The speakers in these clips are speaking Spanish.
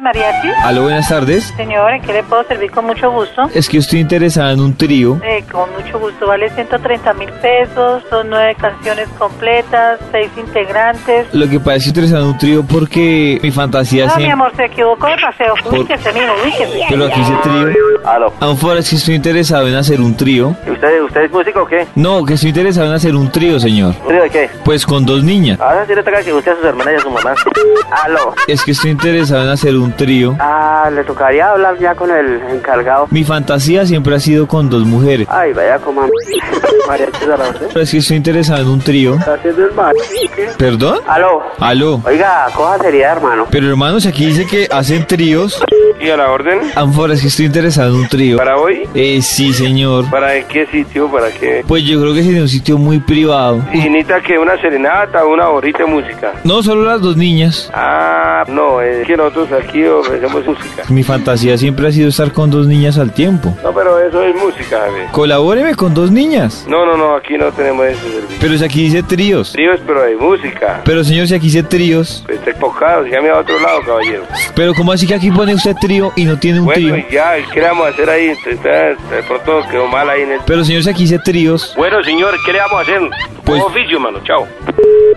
Mariachi, Aló, buenas tardes. señor, ¿en qué le puedo servir con mucho gusto? Es que estoy interesada en un trío. Eh, con mucho gusto, vale 130 mil pesos, son nueve canciones completas, seis integrantes. Lo que pasa es que estoy interesada en un trío porque mi fantasía Ah, mi siempre... amor, se equivocó de paseo. Ubíquese, mijo, ubíquese. Pero aquí dice trío. Aló. Aún fuera es que estoy interesado en hacer un trío. ¿Usted, ¿Usted es músico o qué? No, que estoy interesado en hacer un trío, señor. ¿Trío de qué? Pues con dos niñas. Ahora sí le toca que guste a sus hermanas y a su mamá. Aló. Es que estoy interesado en hacer un trío. Ah, le tocaría hablar ya con el encargado. Mi fantasía siempre ha sido con dos mujeres. Ay, vaya como mariachi de la orden. Pero es que estoy interesado en un trío. ¿Está haciendo el mal? ¿Perdón? Aló. Aló. Oiga, coja seriedad, hermano. Pero hermanos, aquí dice que hacen tríos. ¿Y a la orden? Aún fuera es que estoy interesado en un trío. ¿Para hoy? Eh, sí, señor. ¿Para en qué sitio? ¿Para qué? Pues yo creo que sería un sitio muy privado. ¿Y necesita que una serenata o una horita de música? No, solo las dos niñas. Ah, no, es que nosotros aquí ofrecemos música. Mi fantasía siempre ha sido estar con dos niñas al tiempo. No, pero eso es música, a ver. Colabóreme con dos niñas. No, no, no, aquí no tenemos ese servicio. Pero si aquí dice tríos. Tríos, pero de música. Pero señor, si aquí dice tríos. Pues está enfocado, llame a otro lado, caballero. Pero ¿cómo así que aquí pone usted trío y no tiene un Bueno, trío? y ya, ¿y ¿qué le vamos a hacer ahí? Está- está- De pronto quedó mal ahí en el... Pero señor, si aquí dice tríos. Bueno, señor, ¿qué le vamos a hacer? Pues- Oficio, mano, chao.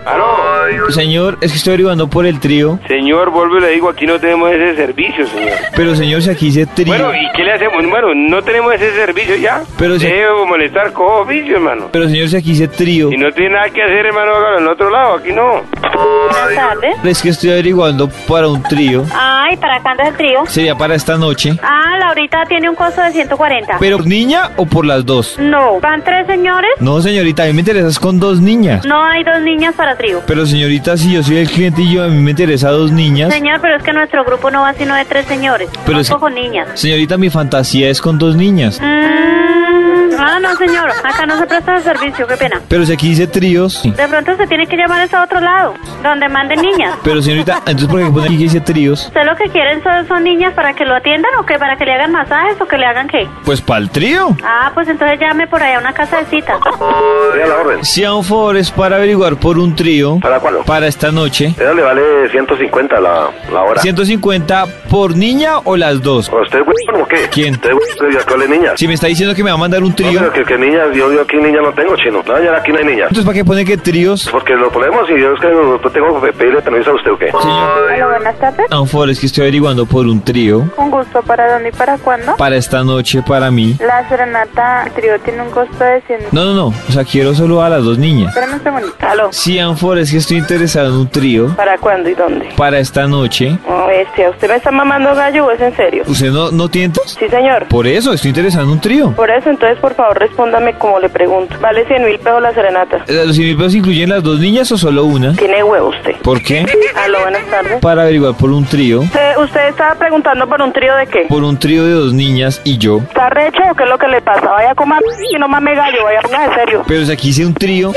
Aló. Señor, es que estoy averiguando por el trío. Señor, vuelvo y le digo, aquí no tenemos ese servicio, señor. Pero señor, si aquí dice trío. Bueno, ¿y qué le hacemos? Bueno, no tenemos ese servicio ya. Pero si- Debo molestar con oficio, hermano. Pero señor, si aquí dice trío. Si no tiene nada que hacer, hermano, hágalo en otro lado. Aquí no. Buenas tardes. Es que estoy averiguando para un trío. Ay, ¿para cuándo es el trío? Sería para esta noche. Ah, Laurita tiene un costo de 140. ¿Pero niña o por las dos? No, ¿van tres señores? No, señorita, a mí me interesas con dos niñas. No hay dos niñas para trío. Pero señorita, si yo soy el cliente y yo a mí me interesa dos niñas. Señor, pero es que nuestro grupo no va sino de tres señores. Pero es- Tampoco con niñas. Señorita, mi fantasía es con dos niñas. Mm, ah, no, señor. Acá no se presta el servicio, qué pena. Pero si aquí dice tríos. sí. De pronto se tiene que llamar a otro lado, donde manden niñas. Pero señorita, entonces ¿por qué pone aquí que dice tríos? ¿Usted lo que quieren son, son niñas para que lo atiendan o qué? ¿Para que le hagan masajes o que le hagan qué? Pues para el trío. Ah, pues entonces llame por allá a una casa de cita. Estoy a la orden. Si a un favor es para averiguar por un trío. ¿Para cuándo? Para esta noche. Eso le vale 150 la, la hora. 150 por niña o las dos. ¿Usted es bueno o qué? ¿Quién? ¿Usted es bueno? ¿Yo le niñas? Si me está diciendo que me va a mandar un trío. No, pero Entonces que, que niñas, yo, yo aquí niñas no tengo, chino. No, ya aquí no hay niñas. ¿para qué pone que tríos? Porque lo ponemos y yo es que no tengo que pedirle permiso a usted o qué. Señor. Hola, buenas tardes. A un favor es que estoy averiguando por un trío. Con gusto, ¿para dónde y para cuándo? Para esta noche, para mí. La serenata trío tiene un costo de 100. No, no, no. O sea, quiero solo a las dos niñas. Espérame un segundito. Aló, Si a un favor es que estoy interesado en un trío. ¿para cuándo y dónde? Para esta noche. Oh, bestia, ¿usted me está mamando gallo o es en serio? ¿Usted no, no tiene tos? Sí, señor. Por eso, estoy interesado en un trío. Por eso, entonces, por favor, respóndame como le pregunto. ¿Vale 100 mil pesos la serenata? Eh, ¿Los 100 mil pesos incluyen las dos niñas o solo una? Tiene huevo usted. ¿Por qué? Aló, buenas tardes. Para averiguar por un trío. Usted, usted estaba preguntando por un trío de qué. Por un trío de dos niñas y yo. ¿Está recho o qué es lo que le pasa? Vaya a comer y no mame gallo, vaya, ponga en serio. Pero si aquí hice un trío.